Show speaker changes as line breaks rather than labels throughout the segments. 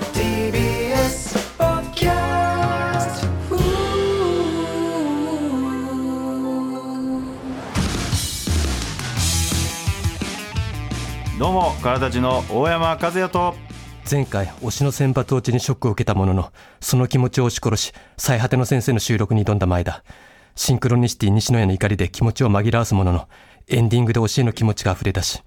TBS ポッキャスト
どうもからたちの大山和也と
前回推しの選抜落ちにショックを受けたもののその気持ちを押し殺し最果ての先生の収録に挑んだ前田シンクロニシティ西野屋の怒りで気持ちを紛らわすもののエンディングで推しへの気持ちが溢れ出し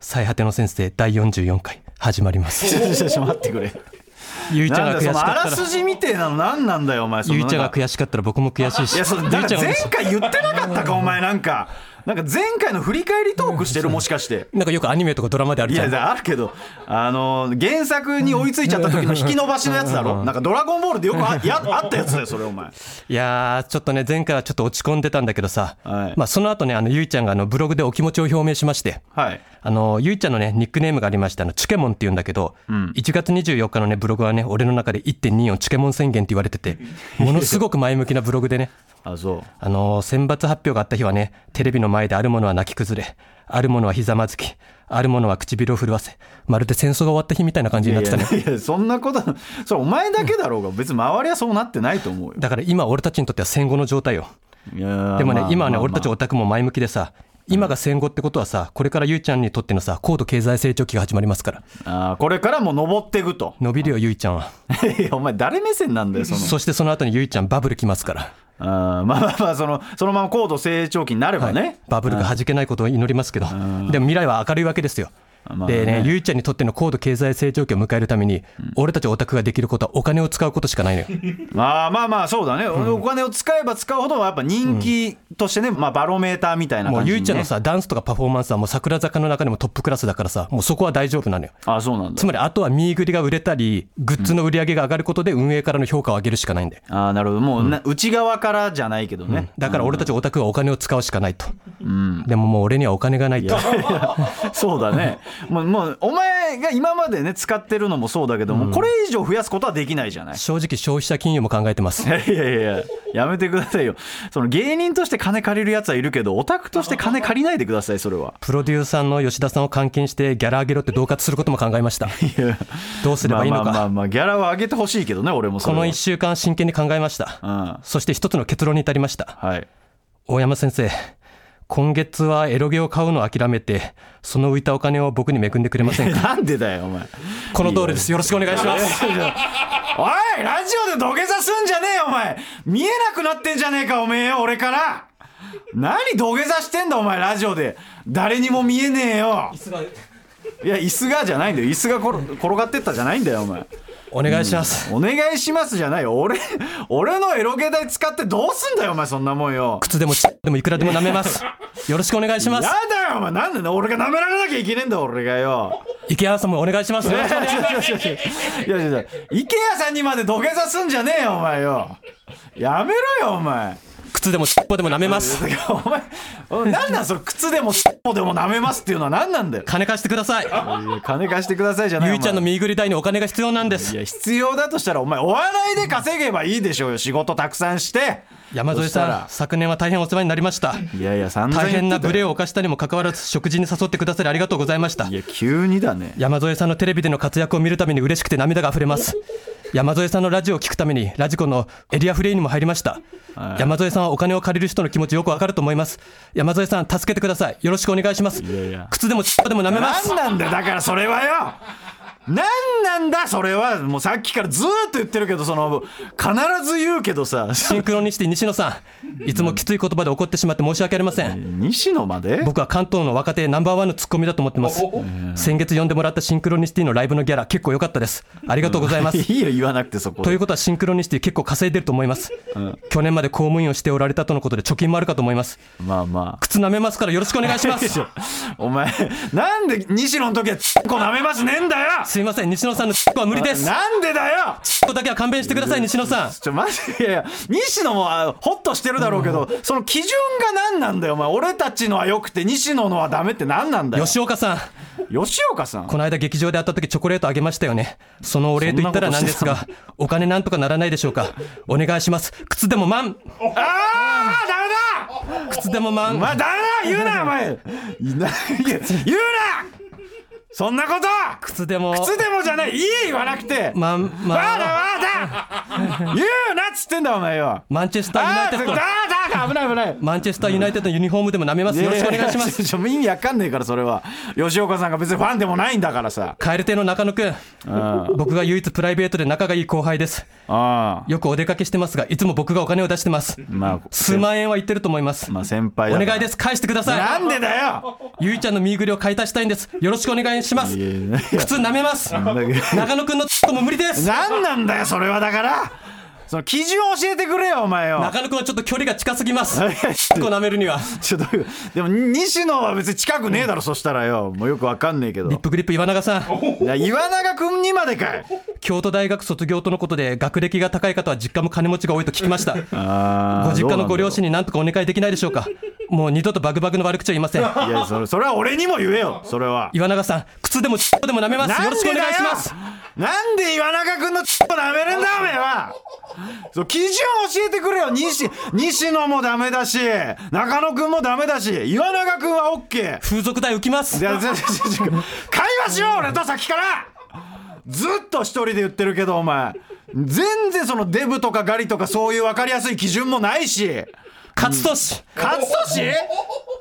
最果ての先生第44回始まります
ちょっとちょっと待ってくれ
ゆいちゃん
なんだ
が悔し
そ
かっ
のあ
た
ら
ら
すじみてえなの何なんだよお前その
ゆいちゃん
なん
が
か
悔しかったら僕も悔しいし
いやそのだから
ゆ
前
いちゃんが
回言ってなかったかお前なんかなんか前回の振り返りトークしてるもしかして
なんかよくアニメとかドラマである
い
じゃ
や
ん
あるけどあの原作に追いついちゃった時の引き伸ばしのやつだろなんか「ドラゴンボール」でよく あやあったやつだよそれお前
いやー、ちょっとね、前回はちょっと落ち込んでたんだけどさ、
はい
まあ、その後ね、あの、ゆいちゃんがあのブログでお気持ちを表明しまして、
はい
あの、ゆいちゃんのね、ニックネームがありまして、あの、チュケモンって言うんだけど、1月24日のね、ブログはね、俺の中で1.24チュケモン宣言って言われて て、ものすごく前向きなブログでね、
あそう
あの、選抜発表があった日はね、テレビの前であるものは泣き崩れ、あるものはひざまずき、あるものは唇を震わせ、まるで戦争が終わった日みたいな感じになってたね。
いやいやいやそんなことそれお前だけだろうが別に周りはそうなってないと思うよ
だから今俺たちにとっては戦後の状態よ。
いや
でもね、
まあ
今はね、
まあまあ
俺たちオタクも前向きでさ、今が戦後ってことはさ、これからゆいちゃんにとってのさ、高度経済成長期が始まりますから、
あーこれからも登っていくと
伸びるよ、ゆいちゃんは。
いやお前誰目線なんだよその
そしてその後にゆいちゃん、バブル来ますから、
あーまあまあまあそのそのまま高度成長期になればね、
バブルが弾けないことを祈りますけど、でも未来は明るいわけですよ。
まあね
でね、ゆいちゃんにとっての高度経済成長期を迎えるために、俺たちオタクができることはお金を使うことしかないのよ。
まあまあまあそうだね、お金を使えば使うほどやっぱ人気としてね、まあ、バロメーターみたいな
も
感
う
じに、ね、
ゆいちゃんのさ、ダンスとかパフォーマンスはもう桜坂の中でもトップクラスだからさ、もうそこは大丈夫なのよ。
あそうなんだ
つまりあとはミーグリが売れたり、グッズの売り上げが上がることで運営からの評価を上げるしかないんだよ。
あーなるほどもうな、内側からじゃないけどね、
だから俺たちオタクはお金を使うしかないと。でももう俺にはお金がないと。
そうだねもうもうお前が今までね使ってるのもそうだけども、これ以上増やすことはできないじゃない
正直消費者金融も考えてます。
いやいやいや、やめてくださいよ。その芸人として金借りるやつはいるけど、オタクとして金借りないでください、それは。
プロデューサーの吉田さんを監禁してギャラ上げろって恫喝することも考え ました。どうすればいいの
まあまあまあ
か。
まあ、ギャラは上げてほしいけどね、俺もそ
こ
れは
の1週間真剣に考えました。
うん。
そして一つの結論に至りました。
はい。
大山先生、今月はエロゲを買うのを諦めて、その浮いたお金を僕に恵んでくれま せんか
なんでだよ、お前。
この通りです。よろしくお願いします。
おいラジオで土下座すんじゃねえよ、お前見えなくなってんじゃねえか、おめえよ、俺から何土下座してんだ、お前、ラジオで。誰にも見えねえよ。いや、椅子がじゃないんだよ。椅子が転転がってったじゃないんだよ、お前。
お願いします。
お願いしますじゃないよ俺俺のエロゲ代使ってどうすんだよお前そんなもんよ
靴でも、でもいくらでも舐めます。よろしくお願いし
や
ます。
だよお前なんでね俺が舐められなきゃいけねえんだ俺がよ
池原さんもお願いします。よろしくお願いします
いやいやいや池谷さんにまで土下座すんじゃねえよお前よやめろよお前
靴でも尻尾でも舐めます
お前お前なんなんそれ靴でも尻尾でも舐めますっていうのは何なんだよ
金貸してください
いや金貸してくださいじゃない
ゆいちゃんの
お前
身ぐり代にお金が必要なんです
いや必要だとしたらお前お笑いで稼げばいいでしょうよ仕事たくさんして
山添
そした
さ
ら
ん昨年は大変お世話になりま した
いやいや散々
大変
言
な
ってた
無
よ
礼を犯したにもかかわらず食事に誘ってくださりありがとうございました
いや急にだね
山添さんのテレビでの活躍を見るために嬉しくて涙が溢 れます山添さんのラジオを聞くためにラジコのエリアフリーにも入りました山添さんはお金を借りる人の気持ちよくわかると思います山添さん助けてくださいよろしくお願いします
いや
靴でも尻尾でも舐めます
何なんだよだからそれはよ何なんだそれはもうさっきからずーっと言ってるけどその必ず言うけどさ
シンクロニシティ西野さんいつもきつい言葉で怒ってしまって申し訳ありません
西野まで
僕は関東の若手ナンバーワンのツッコミだと思ってます先月呼んでもらったシンクロニシティのライブのギャラ結構良かったですありがとうございます
いいよ言わなくてそこと
いう
で
ことはシンクロニシティ結構稼いでると思います、去年まで公務員をしておられたとのことで貯金もあるかと思います
まあまあ
靴舐めますからよろしくお願いします
お前なんで西野の時はチンコ舐めますねえんだよ
すいません西野さんのチッコは無理ですチ
なんでだよ
ッコだけは勘弁してください西野さん
ちょマジいやいや西野もあホッとしてるだろうけど、その基準が何なんだよお前俺たちのは良くて西野のはダメって何なんだよ
吉岡さん
吉岡さん
この間劇場で会った時チョコレートあげましたよねそのお礼と言ったらなんです
そ
がお金なんとかならないでしょうかお願いします靴でもマン
ああダメだ
靴でもマ
お
ン
前ダメだ言うなお前いないや言うなそんなこと
靴でも
靴でもじゃないいい言わなくて
まんま
わーだわー だ言うなっつってんだお前よ
マンチェスターユナ
あ
イテ
ーだ
ッド
ーだー危ない危ない
マンチェスターユナイテッドのユニフォームでも舐めます よろしくお願いしま
や
す
ややちょ意味わかんねえからそれは吉岡さんが別にファンでもないんだからさ
カエル亭の中野くん僕が唯一プライベートで仲がいい後輩です
ああ
よくお出かけしてますがいつも僕がお金を出してます
まあ
数万円は言ってると思います
まあ先輩
お願いですす返してくださ
ないんでだ よ
ゆいちゃんの身ぐりを買い足したいんですよろしくお願いします靴舐めます中野くんのとも無理です
何なんだよそれはだからその基準を教えてくれよお前よ
中野くんはちょっと距離が近すぎます
いや
こ舐めるには
ちょっとでも西野は別に近くねえだろ、そしたらよもうよくわかんねえけど
リップグリップ岩永さん
いや岩永君にまでかい
京都大学卒業とのことで学歴が高い方は実家も金持ちが多いと聞きました
ご
ご実家のご両親になんとかお願いできないでしょうかもう二度とバグバグの悪口は言いません
いやそれそれは俺にも言えよそれは
岩永さん靴でもちっでも舐めますよろしくお願いします
なんで岩永君のチップ舐めるんだおめえはそう基準を教えてくれよ西西野もダメだし中野君もダメだし岩永君はオッケー
風俗代浮きます
いやちょちょちょ会話しよう俺と先からずっと一人で言ってるけどお前全然そのデブとかガリとかそういう分かりやすい基準もないし
勝利
勝利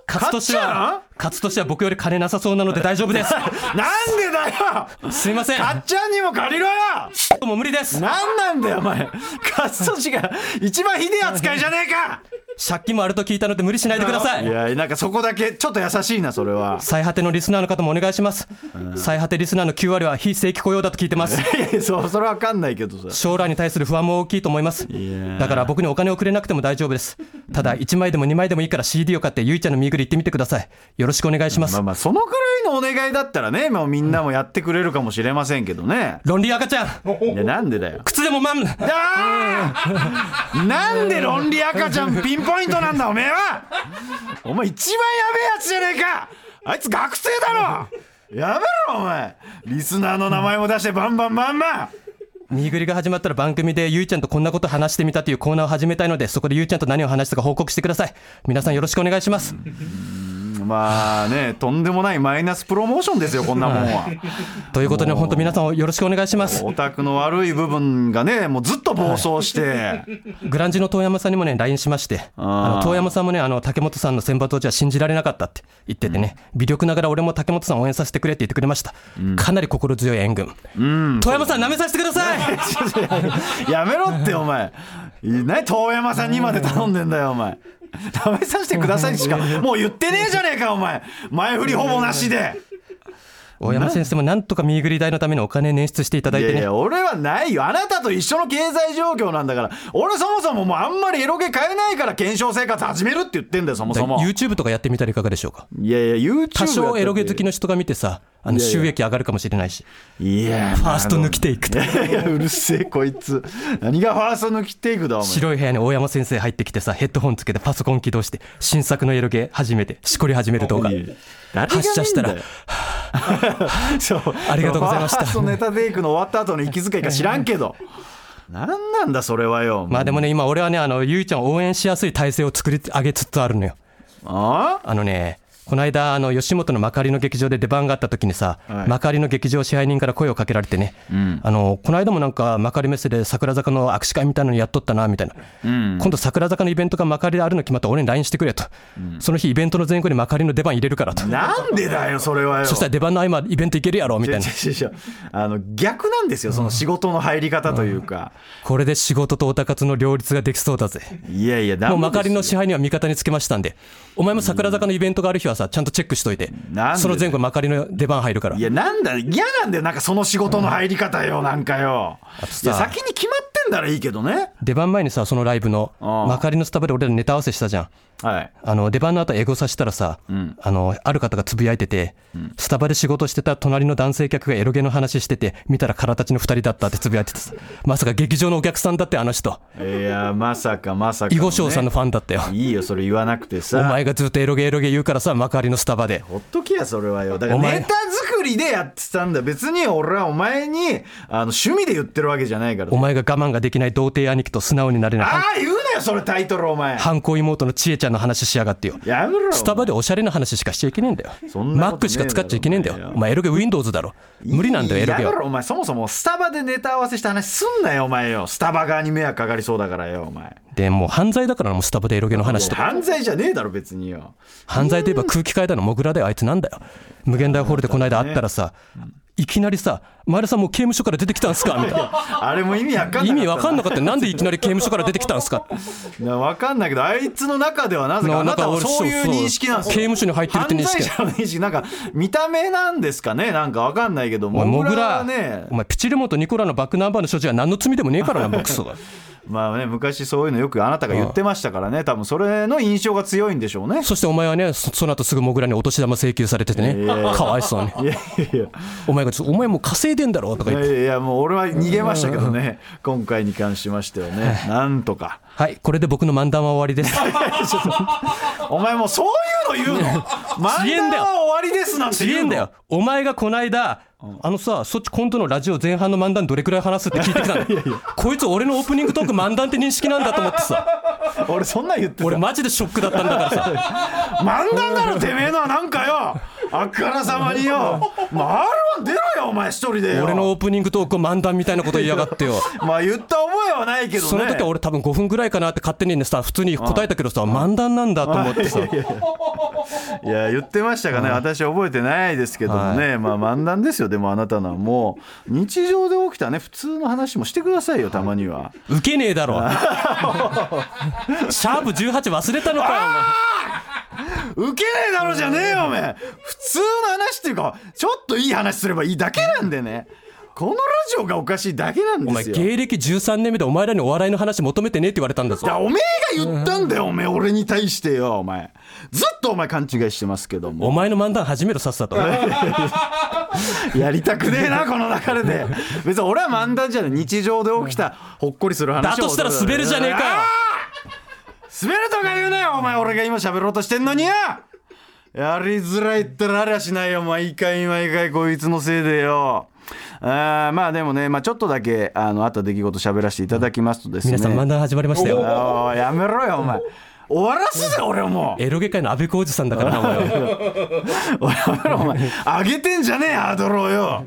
勝利は勝利は僕より金なさそうなので大丈 夫です
なんで だよ
すいません
かっちゃんにも借りろよ
もう無理です
なんなんだよお前勝利が一番ひでえ扱いじゃねえか
借金もあると聞いたので無理しないでくださ
い
い
やなんかそこだけちょっと優しいなそれは
最果てのリスナーの方もお願いします最果てリスナーの9割は非正規雇用だと聞いてます
いやいやそうそれわかんないけどさ
将来に対する不安も大きいと思います
やー
だから僕にお金をくれなくても大丈夫ですただ1枚でも2枚でもいいから CD を買ってゆいちゃんの身ぐり行ってみてくださいよろしくお願いします、
まあまあそのくらいのお願いだったらねもうみんなもやってくれるかもしれませんけどね
論理赤ちゃん
いやなんでだよ
靴でもまん
あーなんで論理赤ちゃんピンポイントなんだおめえはお前一番やべえやつじゃねえかあいつ学生だろやめろお前リスナーの名前も出してバンバンバンバン
身ぐりが始まったら番組でゆいちゃんとこんなこと話してみたというコーナーを始めたいのでそこでゆいちゃんと何を話したか報告してください皆さんよろしくお願いします
まあねとんでもないマイナスプロモーションですよこんなもんは
ということで本当皆さんをよろしくお願いします
オタクの悪い部分がねもうずっと暴走して
グランジの遠山さんにもね LINE しまして
あー
あの遠山さんもねあの竹本さんの選抜落ちは信じられなかったって言っててね微力ながら俺も竹本さんを応援させてくれって言ってくれましたかなり心強い援軍遠山さん舐めさせてください
やめろってお前何遠山さんにまで頼んでんだよお前食べさせてくださいしかもう言ってねえじゃねえかお前前振りほぼなしで
大山先生もなんとか身ぐり代のためにお金捻出していただい
い
て
やい
ね
や俺はないよあなたと一緒の経済状況なんだから俺そもそももうあんまりエロゲ買えないから検証生活始めるって言ってんだよそもそも
YouTube とかやってみたらいかがでしょうか
いやいや YouTube
多少エロゲ好き
の
の人が見てさあの
いやいや
収益上がるかもしれないし
いや
ファースト抜きテイ
い
ク
やいやうるせえこいつ何がファースト抜きテイクだお前
白い部屋に大山先生入ってきてさヘッドホンつけてパソコン起動して新作のエロゲ初めてしこり始める動画
いや誰が見んだよ
発射したら
そう
ありがとうございました
ファーストネタテイクの終わった後の息遣いか知らんけど何なんだそれはよ
まあでもね今俺はねあのゆいちゃんを応援しやすい体制を作り上げつつあるのよ
あ
あのねこの間あの吉本のまかりの劇場で出番があった時にさ、
はい
まかりの劇場支配人から声をかけられてね、あのこの間もなんかまかりメッセで桜坂の握手会みたいなのやっとったなみたいな、今度桜坂のイベントがまかりであるの決まったら俺に LINE してくれと、その日イベントの前後にまかりの出番入れるからと、
なんでだよそれはよ
そしたら出番の合間イベント行けるやろみ
い
た
や
い
い
な
やいやあの逆なんですよその仕事の入り方というか、
これで仕事とオタ活の両立ができそうだぜ
いやいやダメ
もうまか
です
りの支配には味方につけましたんでお前も桜坂のイベントがある日はさちゃんとチェックしといて
なんで
その前後まかりの出番入るから
いやなんだ嫌なんだよなんかその仕事の入り方よなんかよ
とさ
いや先に決まってんだらいいけどね
出番前にさそのライブの
ああ
まかりのスタバで俺らネタ合わせしたじゃん
はい
あの出番の後エゴさしたらさ、あのある方がつぶやいてて、スタバで仕事してた隣の男性客がエロゲの話してて見たら空たちの2人だったってつぶやいてたさまさか劇場のお客さんだってあの人
いやまさかまさか、
囲碁将さんのファンだったよ
いいよそれ言わなくてさ
お前がずっとエロゲエロゲ言うからさまかりのスタバで
ほっときやそれはよだから
お前
ネタ作りでやってたんだ別に俺はお前にあの趣味で言ってるわけじゃないから
お前が我慢がができない童貞兄貴と素直になれない
あ
反
あ言うなよそれタイトルお前
反抗妹の千恵ちゃんの話しやがってよ
やめろ
スタバでおしゃれな話しかしちゃいけねえんだよ
そんな
マ
ことねえだろ
ックしか使っちゃいけねえんだ
お前
よ
よ
お前エロゲ Windows だろ無理なんだよエロゲ
やめ
は
ろお前そもそもスタバでネタ合わせした話すんなよお前よスタバ側に迷惑かかりそうだからよお前
でもう犯罪だからなもうスタバでエロゲの話とか
犯罪じゃねえだろ別によ
犯罪といえば空気階段のモグラだよあいつなんだよ無限大ホールでこの間会ったらさいきなりさ「前田さんもう刑務所から出てきたんすか?」みたいな
あれも意味わかんない
意味わかんなかったよなんでいきなり刑務所から出てきたんすか
なわかんないけどあいつの中ではなぜかあなたはそういう認識なんですよ
刑務所に入ってるって認識
犯罪者の認識なんか見た目なんですかねなんかわかんないけど
お前 モグ
は
ラ
ね
お前ピチルモとニコラのバックナンバーの所持は何の罪でもねえからなボクソが
まあね昔そういうのよくあなたが言ってましたからね多分それの印象が強いんでしょうね
そしてお前はねそその後すぐモグラにお年玉請求されててねかわいそうに
いやいやい
お前がちょっと「お前もう稼いでんだろ」とか
やい
言っ
や
て
いやもう俺は逃げましたけどね今回に関しましてはねなんとか
はいこれで僕の漫談は終わりです
お前もうそういうの言うの
自
漫
演
談
だよ
は終わりですなんて
言え
言うんの
だよお前がこの間あのさそっち今度のラジオ前半の漫談どれくらい話すって聞いてきたんだこいつ俺のオープニングトーク漫談って認識なんだと思ってさ
俺そんなん言ってた
俺マジでショックだったんだからさ
漫談だろてめえのはなんかよあからさまによまあ R1 出ろよお前一人でよ
俺のオープニングトークを漫談みたいなこと言いやがってよ
まあ言った覚えはないけどね
その時は俺多分5分ぐらいかなって勝手にねさ普通に答えたけどさ漫談なんだと思ってさ
いや言ってましたかね、私覚えてないですけどもね、まあ漫談ですよでもあなたのはもう日常で起きたね普通の話もしてくださいよたまには
ウケねえだ ろシャープ18忘れたのか
ウケねえだろじゃねえよおめえ普通の話っていうかちょっといい話すればいいだけなんでねこのラジオがおかしいだけなん
お
で
前
すよ
芸歴13年目でお前らにお笑いの話求めてねえって言われたんだぞ
だおめえが言ったんだよ、おめえ俺に対してよお前ずっとお前勘違いしてますけど
お
も
前の漫談始めろさっさと
やりたくねえ なこの流れで別に俺は漫談じゃない日常で起きたほっこりする話
だ
を
としたら滑るじゃねえかよ
あー滑るとか言うなよお前俺が今喋ろうとしてんのによやりづらいったらありゃしないよ毎回毎回こいつのせいでよあーまあでもね、まあ、ちょっとだけあのあった出来事喋らせていただきますとですね
皆さん漫談始まりましたよ
おいやめろよお前終わらすぜ俺をもう
エロゲ界の安倍浩二さんだか らなお前は
おいやめろお前上げてんじゃねえアドローよ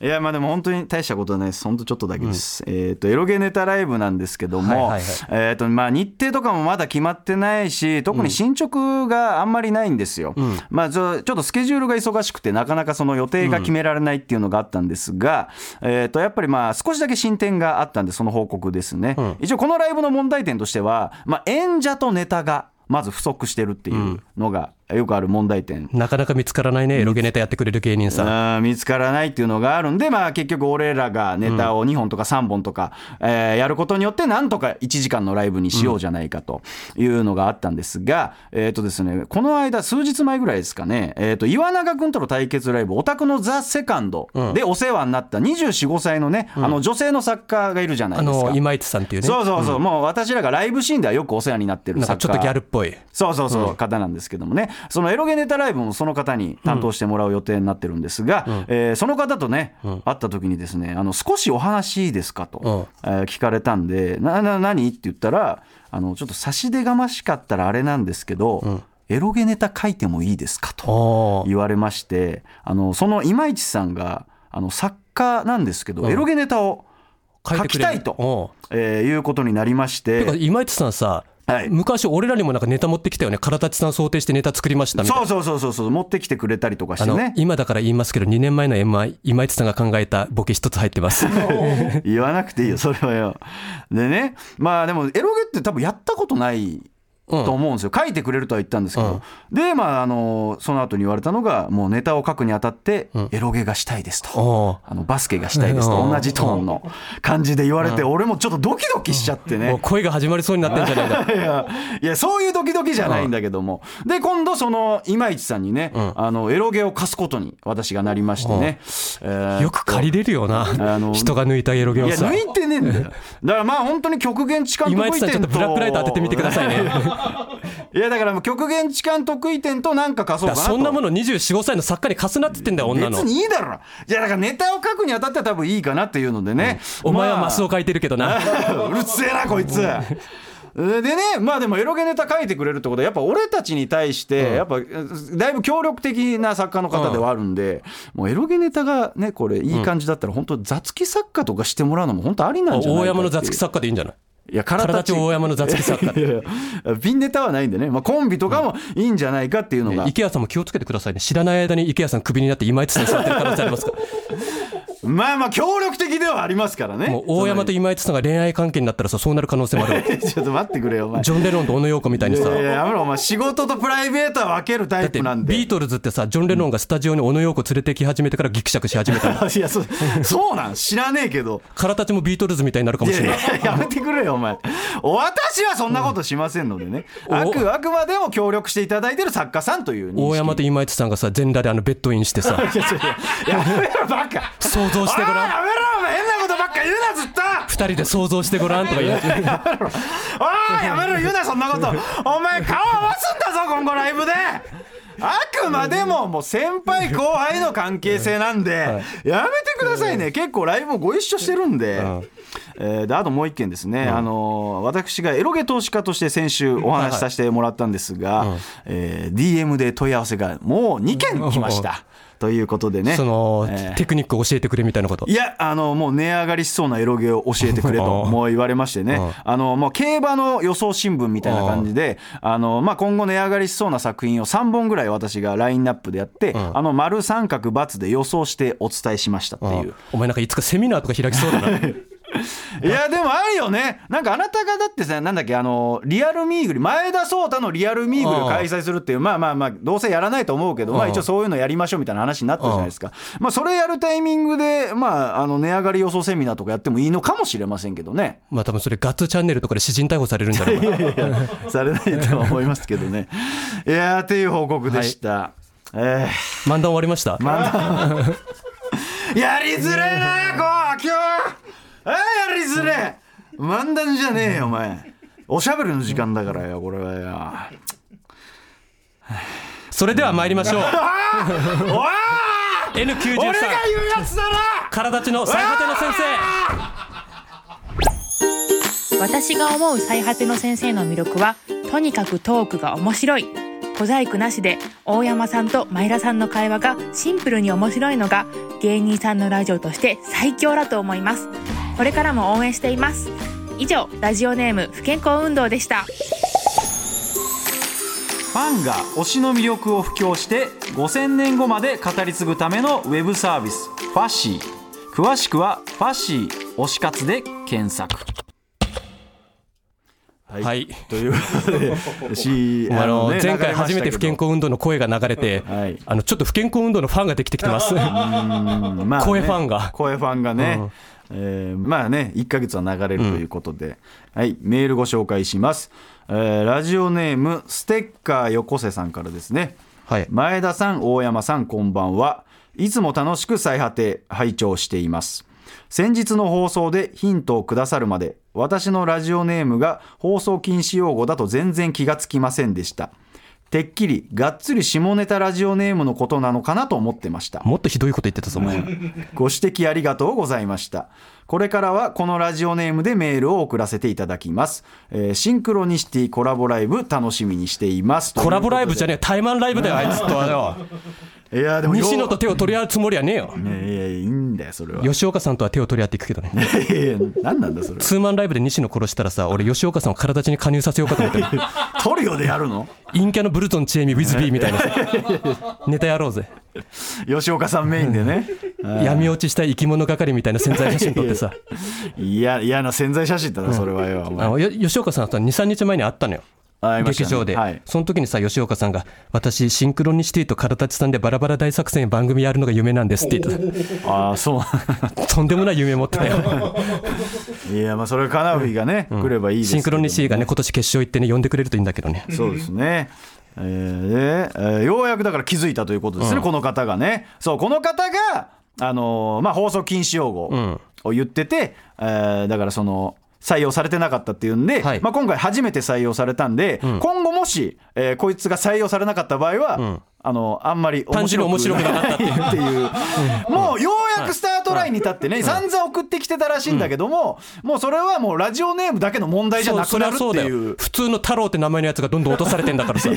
いやまあでも本当に大したことはないです本当ちょっとだけです、えっ、とエロゲネタライブなんですけども、
はいはいはい
えっ、とまあ日程とかもまだ決まってないし特に進捗があんまりないんですよ、まあちょちょっとスケジュールが忙しくてなかなかその予定が決められないっていうのがあったんですが、えっ、とやっぱりまあ少しだけ進展があったんでその報告ですね、一応このライブの問題点としてはまあ演者とネタがまず不足してるっていうのがよくある問題点
なかなか見つからないねエロゲネタやってくれる芸人さん
あー見つからないっていうのがあるんで、まあ、結局俺らがネタを2本とか3本とか、えーやることによってなんとか1時間のライブにしようじゃないかというのがあったんですが、えーとですね、この間数日前ぐらいですかね、えー、と岩永君との対決ライブオタクのザ・セカンドでお世話になった245歳のね、あの女性の作家がいるじゃない
あ
ですか。
の今市さんっていうね
そうそうそう、もう私らがライブシーンではよくお世話になってる
なん
作家
かちょっとギャルっぽい
そうそうそう、方なんですけどもね、そのエロゲネタライブもその方に担当してもらう予定になってるんですが、えーその方とね、会った時にですね、あの少しお話いいですかと、えー聞かれたんで、な、な、何って言ったら、あの、ちょっと差し出がましかったらあれなんですけど、エロゲネタ書いてもいいですかと。
おー
言われましてあのその今市さんがあの作家なんですけど、エロゲネタを書
書いて
き
くれる
たいと、
おー
えーいうことになりまして
てか今市さんさ、
はい
昔俺らにもなんかネタ持ってきたよね唐立さん想定してネタ作りましたみたいな
そうそうそうそうそう持ってきてくれたりとかし
あ
て
の、
ね
今だから言いますけど2年前の MI 今市さんが考えたボケ一つ入ってます
言わなくていいよそれはよでねまあでもエロゲって多分やったことないと思うんですよ、書いてくれるとは言ったんですけど、でまああのその後に言われたのがもうネタを書くにあたってエロゲがしたいですと、
お
あのバスケがしたいですと
うん
同じトーンの感じで言われて俺もちょっとドキドキしちゃって
ーもう
ね
恋が始まりそうになってんじゃないか
いやいやそういうドキドキじゃないんだけどもで今度その今市さんにねあのエロゲを貸すことに私がなりましてねえー
よく借りれるよな、
あの
人が抜いたエロゲを
いや
さ
抜いてねえんだよだからまあ本当に極限近く
今市さんちょっとブラックライト当ててみてくださいね
いやだからもう極限痴漢得意点となんか貸そう
だ
か
か
な
ら
と
そんなもの24歳の作家に貸すなって言ってんだよ女の
別にいいだろじゃあだからネタを書くにあたっては多分いいかなっていうのでね、
お前は
まあ
マスを書いてるけ ど
う
な、
るせえなこいつでねまあでもエロゲネタ書いてくれるってことはやっぱ俺たちに対して、やっぱだいぶ協力的な作家の方ではあるんで、もうエロゲネタがねこれいい感じだったら本当雑記作家とかしてもらうのも本当ありなんじゃないかってい
大
う
山の雑記作家でいいんじゃない
いや
体
体
町大山の雑記 作家
いやいやピンネタはないんでね、まあ、コンビとかもいいんじゃないかっていうのが、
池谷さんも気をつけてくださいね知らない間に池谷さんクビになって今井さんにされてる可能性あります から
まあまあ協力的ではありますからね
もう大山と今井さんが恋愛関係になったらさそうなる可能性もあるわ け
ちょっと待ってくれよお前
ジョン・レノンと小野陽子みたいにさ
いやいややめろお前仕事とプライベートは分けるタ
だ
イ
っ
プ
てビ
なんで
ートルズってさジョン・レノンがスタジオに小野陽子連れてき始めてからギクシャクし始めたの
いやそうそうなん知らねえけど
空たちもビートルズみたいになるか
い
も
や
し
い
れ
や
ない
やめてくれよお前お私はそんなことしませんのでね、
うん
あ
お
くあくまでも協力していただいてる作家さんという認識
大山と今井さんがさ全裸であのベッドイ ンしてさ
いやいやいややめろバカ
想像してごら
あ
ん
ーやめろお前変なことばっか言うなずっと
二人で想像してごらんとか言う
ああやめろ言うなそんなことお前顔合わすんだぞ今後ライブであくまでももう先輩後輩の関係性なん でやめてくださいね結構ライブもご一緒してるんで,、えーであともう一件ですね、あのー私がエロゲ投資家として先週お話しさせてもらったんですが、えー DM で問い合わせがもう2件来ました、ということでね
その、
えー
テクニックを教えてくれみたいなこと
いや、あの、もう値上がりしそうなエロゲを教えてくれ
あ
と、
あ
もう言われましてね、あの、もう競馬の予想新聞みたいな感じで、あの、まあ、今後値上がりしそうな作品を3本ぐらい私がラインナップでやって、あの、丸三角×で予想してお伝えしましたっていう。
お前なんかいつかセミナーとか開きそうだな
いや、でもあるよね。なんかあなたがだってさ、なんだっけ、あの、リアルミーグリ、前田壮太のリアルミーグリを開催するっていう、まあまあまあ、どうせやらないと思うけど、まあ一応そういうのやりましょうみたいな話になったじゃないですか。まあそれやるタイミングで、まあ、あの、値上がり予想セミナーとかやってもいいのかもしれませんけどね。
まあ多分それガッツチャンネルとかで詩人逮捕されるんじゃない
いやいや、されないとは思いますけどね。いやー、っていう報告でした。え
漫談終わりました、
ー、まだ、やりづれえな、こう、今日あーやりづれえ漫談じゃねえよ、お前。おしゃべりの時間だからよ、これはよ。
それでは参り ましょう
おー
N93
俺が言うやつだな
体立ちの最果ての先生
私が思う最果ての先生の魅力はとにかくトークが面白い小細工なしで大山さんと前田さんの会話がシンプルに面白いのが芸人さんのラジオとして最強だと思いますこれからも応援しています以上ラジオネーム不健康運動でした
ファンが推しの魅力を布教して5000年後まで語り継ぐためのウェブサービスファシー詳しくは「ファシー推し活」で検索は
はい
ということ でし
あの
ね
前
流
回
れま
初
し
め
たけど
て不健康運動の声が流れて、
はい
あのちょっと不健康運動のファンができてきてます。は
うんまあね
声ファンが
声ファンがね、えーまあね1か月は流れるということで、はいメールご紹介します、えーラジオネームステッカーよこせさんからですね
い。
前田さん大山さんこんばんはいつも楽しく最果て拝聴しています先日の放送でヒントをくださるまで私のラジオネームが放送禁止用語だと全然気がつきませんでしたてっきりがっつり下ネタラジオネームのことなのかなと思ってました
もっとひどいこと言ってたぞ、お前。
ご指摘ありがとうございました。これからはこのラジオネームでメールを送らせていただきます。えーシンクロニシティコラボライブ楽しみにしています。
コラボライブじゃ
ね
ねえ、タイマンライブだよ、あいつとはよ。
いやでもよ
西野と手を取り合うつもりはねえよ。
いやいやいいんだよそれは。い
吉岡さんとは手を取り合っていくけどね。
やいや何なんだそれ。
ツーマンライブで西野殺したらさ、俺吉岡さんを体立ちに加入させようかと思ってる。
トリオでやるの？
陰キャのブルゾンチエミ、ウィズビーみたいなさ。 ネタやろうぜ。
吉岡さんメインでね。
闇落ちした生き物係みたいな潜在写真撮ってさ。
いや嫌な潜在写真だなそれはよ。お前
あのよ吉岡さんと2、3日前に会ったのよ。
ありました
劇
ね
場で、
はい。
その時にさ吉岡さんが「私シンクロニシティとカラタチさんでバラバラ大作戦番組やるのが夢なんです」って言って
ああそう。
たとんでもない夢持ってたよ
いやまあそれカナフィがね、来ればいいですけど
シ
も。
ンクロニシティがね今年決勝行ってね呼んでくれるといいんだけどね
そうですね。えーでえーようやくだから気づいたということですね、この方がね。そう、この方が、あのーまあ、放送禁止用語を言ってて、えーだからその、採用されてなかったっていうんで、
はい
まあ、今回初めて採用されたんで、今後もし、えーこいつが採用されなかった場合は、あのあんまり
単純に面白くなかった
っていうもうようやくスタートラインに立ってね、散々送ってきてたらしいんだけども、もうそれはもうラジオネームだけの問題じゃなくなるって
そり
い
ゃそうだ
う
よ。普通の太郎って名前のやつがどんどん落とされてんだから さ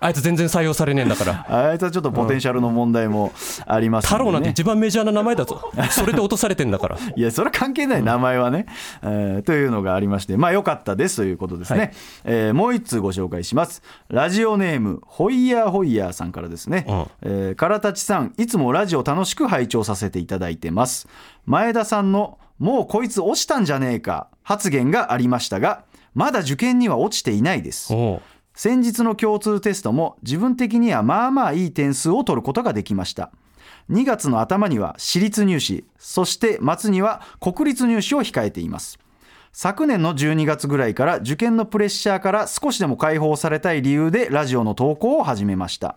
あいつ全然採用されねえんだから
あいつはちょっとポテンシャルの問題もあります
太
ね
郎なんて一番メジャーな名前だぞそれで落とされてんだ から
いや、それは関係ない、名前はね、えーというのがありまして、まあ、良かったですということですね。
はい
えーもう一通ご紹介します。ラジオネーム、ホイヤーホイヤーさんからですね。えー、からたちさん、いつもラジオ楽しく拝聴させていただいてます。前田さんの、もうこいつ落ちたんじゃねえか、発言がありましたが、まだ受験には落ちていないです。
おう
先日の共通テストも自分的にはまあまあいい点数を取ることができました2月の頭には私立入試そして末には国立入試を控えています昨年の12月ぐらいから受験のプレッシャーから少しでも解放されたい理由でラジオの投稿を始めました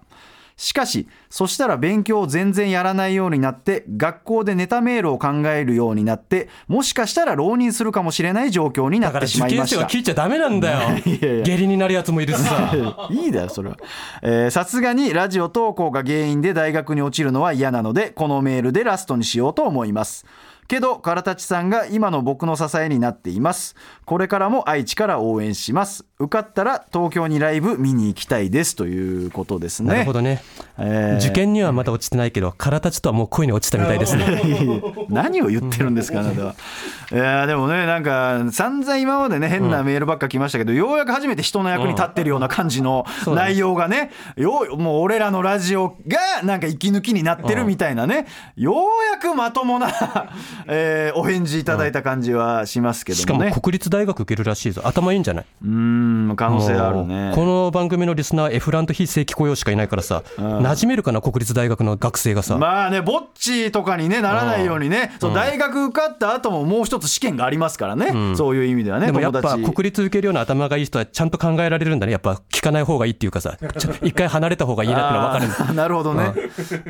しかしそしたら勉強を全然やらないようになって学校でネタメールを考えるようになってもしかしたら浪人するかもしれない状況にな
だ
っ
から
てしま
受
いま
験
し
生
た
は聞いちゃダメなんだ よ
やいや
下痢になるやつもいるし さ
いいだよそれはえーさすがにラジオ投稿が原因で大学に落ちるのは嫌なのでこのメールでラストにしようと思いますけど唐立さんが今の僕の支えになっていますこれからも愛知から応援します受かったら東京にライブ見に行きたいですということですね
なるほどね
えー
受験にはまだ落ちてないけど体たちとはもう恋に落ちたみたいですね
何を言ってるんですか、あなたは。いやーでもね、なんか、散々今までね、変なメールばっか来ましたけど、ようやく初めて人の役に立ってるような感じの
うだね
内容がね、ようもう俺らのラジオがなんか息抜きになってるみたいなね、ようやくまとも な、えーお返事いただいた感じはしますけ
し
ど
か
も
も
ね。
国立大学受けるらしいぞ頭いいんじゃない
うん、可能性あるね
もう。この番組のリスナーエフランと非正規雇用しかいないからさ、馴染めるかな国立大学の学生がさ、
まあね、ぼっちとかに、ね、ならないようにね、そう大学受かった後ももう一つ試験がありますからね、そういう意味ではね、
でもやっぱ
友達
国立受けるような頭がいい人はちゃんと考えられるんだねやっぱ聞かない方がいいっていうか さちょ一回離れた方がいいなってのは分かるんだ
あーな るほどね。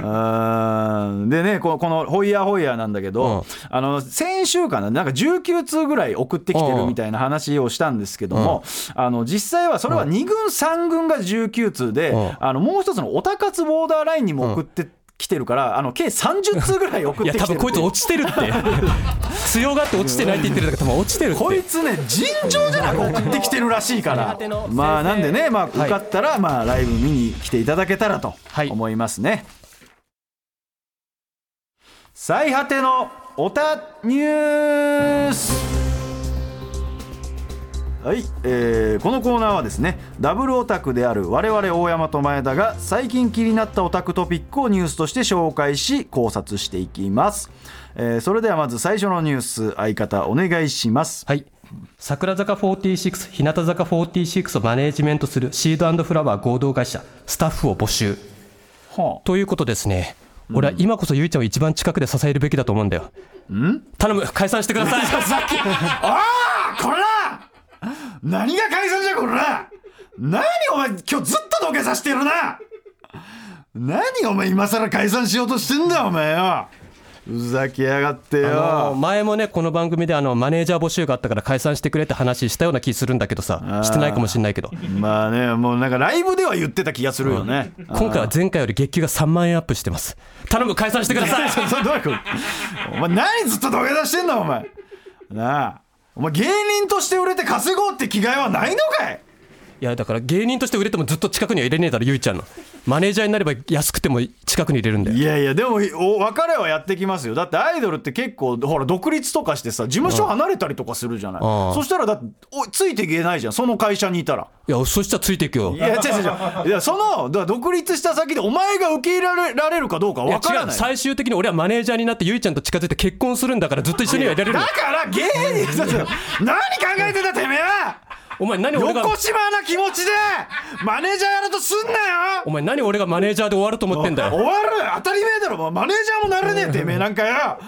あーでね、このこのホイヤーホイヤーなんだけど、
うん
あの先週かな、なんか19通ぐらい送ってきてるみたいな話をしたんですけども、あの実際はそれは2軍、3軍が19通で、
うん
あのもう一つのおたかつボーダーラインにも送ってきてるから、あの計30通ぐらい送
い
っ
や
てきてる
多分こいつ落ちてるって 強がって落ちてないって言ってるんだけど多分落ちてるっ
こい
て
つね尋常じゃなく送ってきてるらしいからまあなんでね、まあ、受かったら、まあ、ライブ見に来ていただけたらと
はい
思いますね、最果てのおたニュースはい、えーこのコーナーはですねダブルオタクである我々大山と前田が最近気になったオタクトピックをニュースとして紹介し考察していきます、えーそれではまず最初のニュース相方お願いします
はい桜坂46日向坂46をマネージメントするシードフラワー合同会社スタッフを募集
は
ということですね俺は今こそゆいちゃんを一番近くで支えるべきだと思うんだよ頼む解散してく ださい
ああこら何が解散じゃこら何お前今日ずっと土下座してるな何お前今更解散しようとしてんだよお前よふざけやがってよ、
あの前もねこの番組であのマネージャー募集があったから解散してくれって話したような気するんだけどさしてないかもしれないけど
まあね、もうなんかライブでは言ってた気がするよ ね。
今回は前回より月給が3万円アップしてます頼む解散してく ださい
そそどういうことお前何ずっと土下座してんだお前。なあ、お前芸人として売れて稼ごうって気概はないのかい
いやだから芸人として売れてもずっと近くには入れねえだろゆいちゃんのマネージャーになれば安くても近くに入れるんだよ
いやいや、でもお別れはやってきますよ。だってアイドルって結構、ほら、独立とかしてさ、事務所離れたりとかするじゃない。
ああ
そしたらだってお、ついていけないじゃん、その会社にいたら。
いやそしたらついていくよ
いや、違う違う 違う。いや、その、だから独立した先でお前が受け入れられられるかどうか
いや
分か
違
ら
う
ない。
最終的に俺はマネージャーになってゆいちゃんと近づいて結婚するんだからずっと一緒にはいられる
だ
の
から芸人ちょっと何考えてんだてめえは
お前何俺が
横島な気持ちでマネージャーやるとすんな
お
よ
前何俺がマネージャーで終わると思ってんだ
終
よ
わる当たり前だろもうマネージャーもなれねえてめえなんかよだ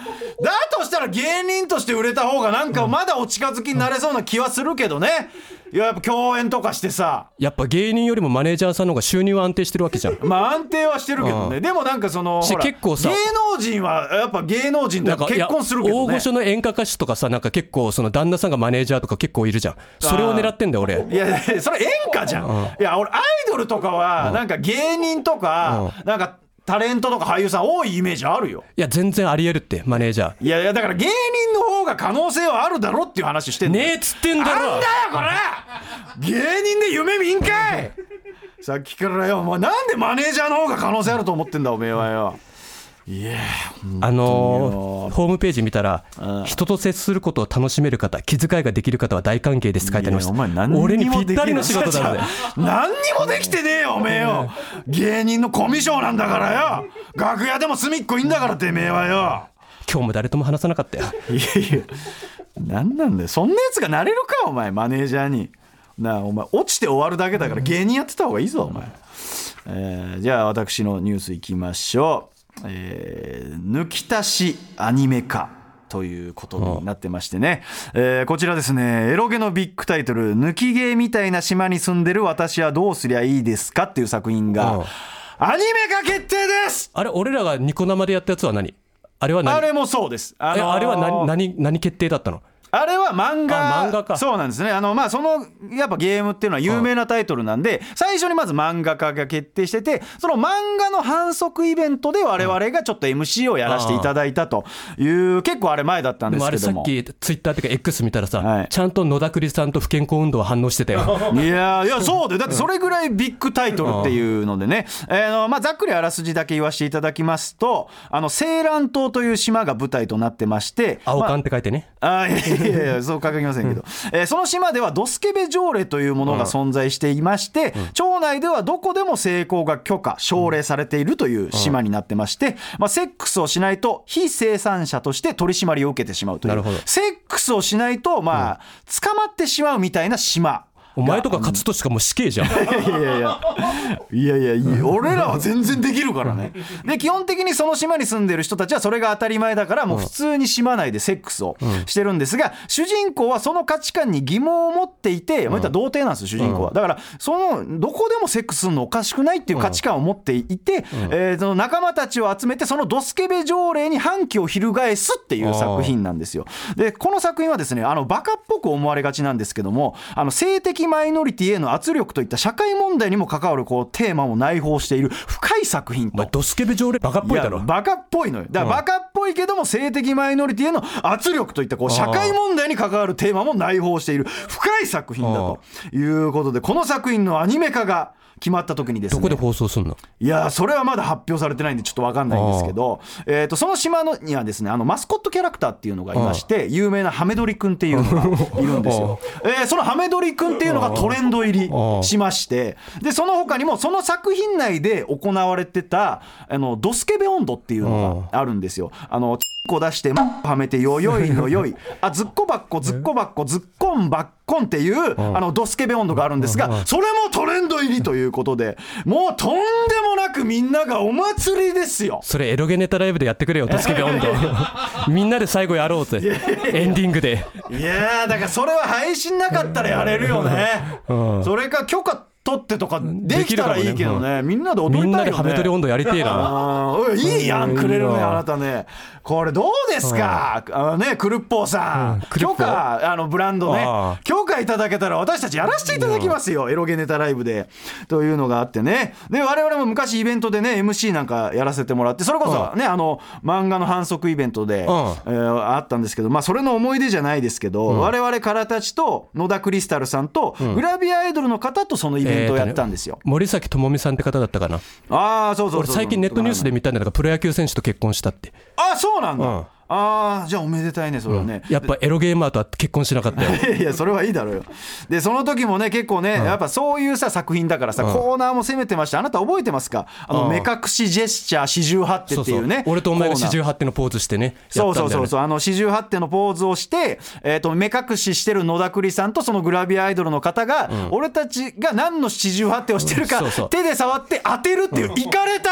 としたら芸人として売れた方がなんかまだお近づきになれそうな気はするけどねいややっぱ共演とかしてさ
やっぱ芸人よりもマネージャーさんの方が収入は安定してる わけじゃん
まあ安定はしてるけどね、
うん
でもなんかその
し
ほら
結構さ
芸能人はやっぱ芸能人
なん
と
かい
結
や
婚するけど
大
ね
御所の演歌歌手とかさなんか結構その旦那さんがマネージャーとか結構いるじゃんそれを狙ってんだよ俺
いやいやそれ演歌じゃん、いや俺アイドルとかはなんか芸人とか、なんかタレントとか俳優さん多いイメージあるよ
いや全然ありえるってマネージャー
いやいやだから芸人の方が可能性はあるだろっていう話してんだよ
ねえっつってんだ
な
ろ
んだよこれ芸人で夢見んかいさっきからよお前なんでマネージャーの方が可能性あると思ってんだおめえはよいや
あのーホームページ見たら
うん
人と接することを楽しめる方気遣いができる方は大歓迎ですって書いてありまし
いやお前何に
た
も
俺に
で
ぴ
きねえ
ったりの仕事だぜ
何にもできてねえよおめえよ芸人のコミュ障なんだからよ楽屋でも隅っこいんだからてめえはよ
今日も誰とも話さなかったよ
いやいや何なんだよそんなやつがなれるかお前マネージャーになあお前落ちて終わるだけだから芸人やってた方がいいぞお前、えーじゃあ私のニュースいきましょう、えー抜き足しアニメ化ということになってましてね、えーこちらですねエロゲのビッグタイトル「抜きゲーみたいな島に住んでる私はどうすりゃいいですか?」っていう作品
うん
がアニメ化決定です
あれ俺らがニコ生でやったやつは何あれは何
あれもそうですあ
え
のー
あれは何何何決定だったの
あれは漫画
あ漫画か
そうなんですねあの、まあ、そのやっぱゲームっていうのは有名なタイトルなんで、最初にまず漫画家が決定しててその漫画の反則イベントで我々がちょっと MC をやらせていただいたという結構あれ前だったん
で
です
もあ
け
れさ
ど
っ
も。
きツイッターっていうか X 見たらさ、
はい
ちゃんと野田栗さんと不健康運動は反応して たよ
いやーいやそうだよだってそれぐらいビッグタイトルっていうのでね、えーあのまあ、ざっくりあらすじだけ言わせていただきますとあのセーラン島という島が舞台となってまして
青缶って書いてね、
あいやいやいや、そう掲げませんけど、えーその島ではドスケベ条例というものが存在していまして、町内ではどこでも性交が許可、奨励されているという島になってまして、まあ、セックスをしないと非生産者として取り締まりを受けてしまうという、
なるほど
セックスをしないと、まあ、捕まってしまうみたいな島。
お前とか勝利しかもう死刑じゃん
いやいやいやいやいやいや俺らは全然できるからねで基本的にその島に住んでる人たちはそれが当たり前だからもう普通に島内でセックスをしてるんですが主人公はその価値観に疑問を持っていてまあ言ったら童貞なんですよ主人公はだからそのどこでもセックスするのおかしくないっていう価値観を持っていてえーその仲間たちを集めてそのドスケベ条例に反旗を翻すっていう作品なんですよでこの作品はですねあのバカっぽく思われがちなんですけどもあの性的マイノリティへの圧力といった社会問題にも関わるこうテーマも内包している深い作品
お前
と。
ドスケベ条例バカっぽいだろ
やバカっぽいのよだからバカっぽいけども性的マイノリティへの圧力といったこう社会問題に関わるテーマも内包している深い作品だということでこの作品のアニメ化が決まった時にですね
どこで放送すんの
いやーそれはまだ発表されてないんでちょっとわかんないんですけど、えー、とその島のにはですねあのマスコットキャラクターっていうのがいまして有名なハメドリくんっていうのがいるんですよ、えーそのハメドリくんっていうのがトレンド入りしましてでその他にもその作品内で行われてたあのドスケベ温度っていうのがあるんですよあのこ出して、はめて、よよいの よい、あ、ずっこばっこ、ずっこばっこ、ずっこんばっこんっていう、あの、ドスケベ温度があるんですが、それもトレンド入りということで、もうとんでもなくみんながお祭りですよ。
それエロゲネタライブでやってくれよドス ケベ温度みんなで最後やろうぜエンディングで
いやー、だからそれは配信なかったらやれるよね。それか許可取ってとかできたらいいけどね、みんなで踊りたいよね。
みんなでハメ撮り温度やりてえな
あーいいやんくれるねあなたねこれどうですかあのねクルッポーさん
クルッポ
許
ー
可あのブランド
あ
ね許可いただけたら私たちやらせていただきますよエロゲネタライブでというのがあってねで我々も昔イベントでね MC なんかやらせてもらってそれこそねあの漫画の反則イベントでえーあったんですけどまあそれの思い出じゃないですけど我々カラたちと野田クリスタルさんとグラビアアイドルの方とそのイベントをやったんですよ
えーとね森崎智美さんって方だったかな
ああそうそう
俺
そう
最近ネットニュースで見たんだけどプロ野球選手と結婚し たって
あそうなんだ、
うん
あーじゃあおめでたいねそれはね、
やっぱエロゲーマーとは結婚しなか ったよ
いやいやそれはいいだろうよでその時もね結構ね、やっぱそういうさ作品だからさ、コーナーも攻めてましたあなた覚えてますかあの
うん
目隠しジェスチャー四十八手っていうね
そうそう俺とお前が
コーナ
四
ー
十八手のポーズしてね
そうそう
やったんだ
そ
よ
う
ね
そうあの四十八手のポーズをして、えー、と目隠ししてる野田栗さんとそのグラビアアイドルの方が、俺たちが何の四十八手をしてるか、
うんそうそう
手で触って当てるっていういかれた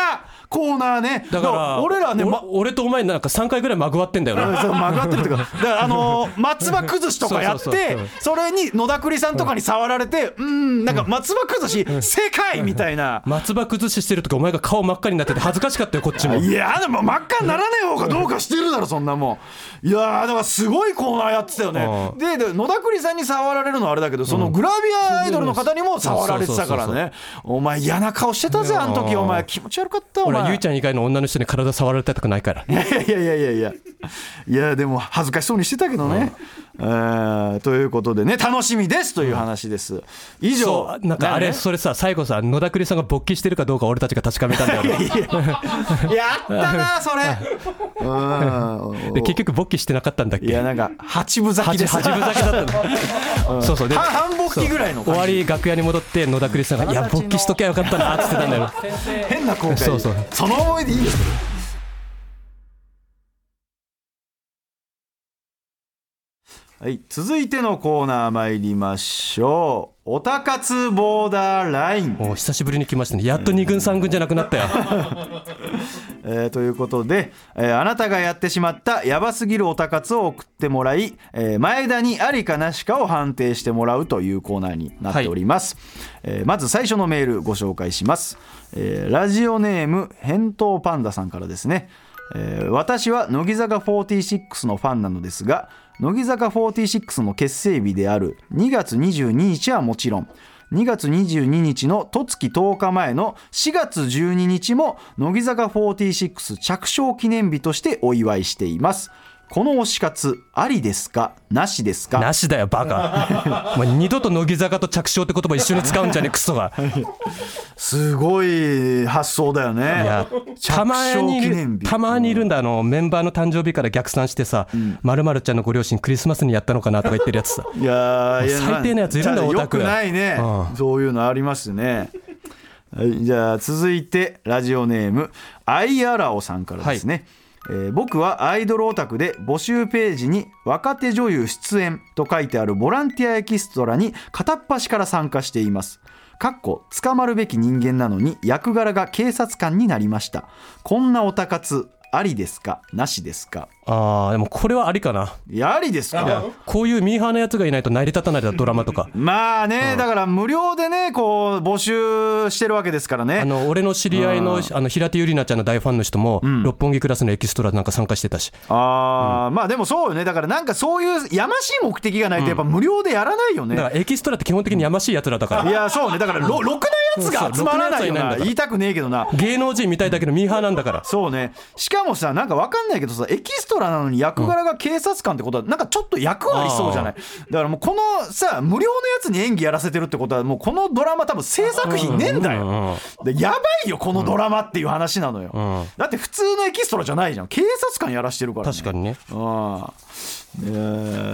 コーナーね
だから
俺らね、
お
ま、
俺とお前なんか3回ぐらいまぐわってんだよな
そう曲がってるとかだからあのー松葉崩しとかやっ
そうそうそ
て
う
それに野田栗さんとかに触られてうんなんか松葉崩し世界みたいな。
松葉崩ししてるとかお前が顔真っ赤になってて恥ずかしかったよこっちも
いやでも真っ赤にならない方がどうかしてるだろそんなもんいやーだからすごいコーナーやってたよね
う
でで野田栗さんに触られるのはあれだけどそのグラビアアイドルの方にも触られてたから
そうそう
ねお前嫌な顔してたぜあの時お前気持ち悪かったお
俺は
前
ゆいちゃん以外の女の人に体触られたくないから
いやいやいやいやいやいやでも恥ずかしそうにしてたけどね、えーということでね楽しみですという話です以
そ
上
うなんかあれ
ね
それさ最後さ野田栗さんが勃起してるかどうか俺たちが確かめたんだよない
ややったなそれうん
で結局勃起してなかったんだっけ
いやなんか八分咲き
八
です
八分咲きだった の、そうそうで
半半勃起ぐらいの
終わり楽屋に戻って野田栗さんが「いや勃起しときゃよかったな」っつってたんだよ
変な後悔
そうそう
その思いでいいですはい続いてのコーナー参りましょうおたかつボーダーライン
もう久しぶりに来ましたねやっと2軍3軍じゃなくなったよ
えーということで、えーあなたがやってしまったやばすぎるおたかつを送ってもらい、えー前田にありかなしかを判定してもらうというコーナーになっております、えーまず最初のメールご紹介します、えーラジオネーム返答パンダさんからですね、えー私は乃木坂46のファンなのですが乃木坂46の結成日である2月22日はもちろん2月22日の十月10日前の4月12日も乃木坂46着床記念日としてお祝いしていますこの推し活ありですかなしですか
なしだよバ カお前二度と乃木坂と着床って言葉一緒に使うんじゃねえクソが
すごい発想だよね
いやたまにいるたまにいるんだあのメンバーの誕生日から逆算してさ「まるちゃんのご両親クリスマスにやったのかな」とか言ってるやつさ
いやーいや
最低なやついるんだ
まあ
オタク
よくないね、
うん
そういうのありますねはいじゃあ続いてラジオネームアイアラオさんからですね、えー僕はアイドルオタクで募集ページに「若手女優出演」と書いてあるボランティアエキストラに片っ端から参加していますかっこ捕まるべき人間なのに役柄が警察官になりましたこんなオタ活ありですかなしですか
あーでもこれはありかない
やありですか
こういうミーハーなやつがいないと成り立たないだドラマとか
まあね、だから無料でね、こう、募集してるわけですから
あ
ね。
の俺の知り合いのあの平手友梨奈ちゃんの大ファンの人も、六本木クラスのエキストラなんか参加してたし
ああ、まあでもそうよね。だからなんかそういうやましい目的がないと、やっぱ無料でやらないよね。
だからエキストラって基本的にやましいやつらだから
いや、そうね。だから、ろ、ろくなやつが集まらないよ
そうそうろくなやつはいないんだ
な。
から
言いたくねえけどな。
芸能人みたいだけどミーハーなんだから
そうね。しかもさ、なんかわかんないけどさ、エキストラなのに役柄が警察官ってことは、なんかちょっと役割そうじゃない。だからもうこのさ、無料のやつに演技やらせてるってことは、もうこのドラマ多分制作費ねえんだ
うんうんうん
よ。でやばいよ、このドラマっていう話なのよ。
ん
だって普通のエキストラじゃないじゃん。警察官やらしてるから、ね。
確かにね
ああ、え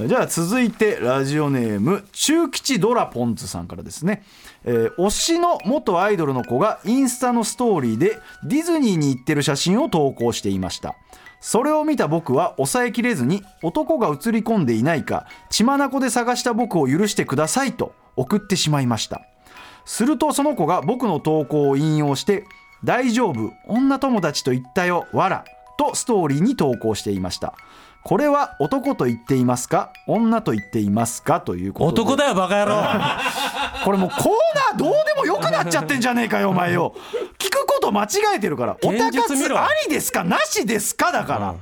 ーじゃあ続いてラジオネーム中吉ドラポンズさんからですね、えー推しの元アイドルの子がインスタのストーリーでディズニーに行ってる写真を投稿していましたそれを見た僕は抑えきれずに男が写り込んでいないか血眼で探した僕を許してくださいと送ってしまいましたするとその子が僕の投稿を引用して「大丈夫女友達と言ったよわら」とストーリーに投稿していましたこれは男と言っていますか女と言っていますかということで
男だよバカ野郎
これもうコーナーどうでもよくなっちゃってんじゃねえかよお前 よ聞くこと間違えてるからおた
現
かつ
実見ろ
ありですかなしですかだから、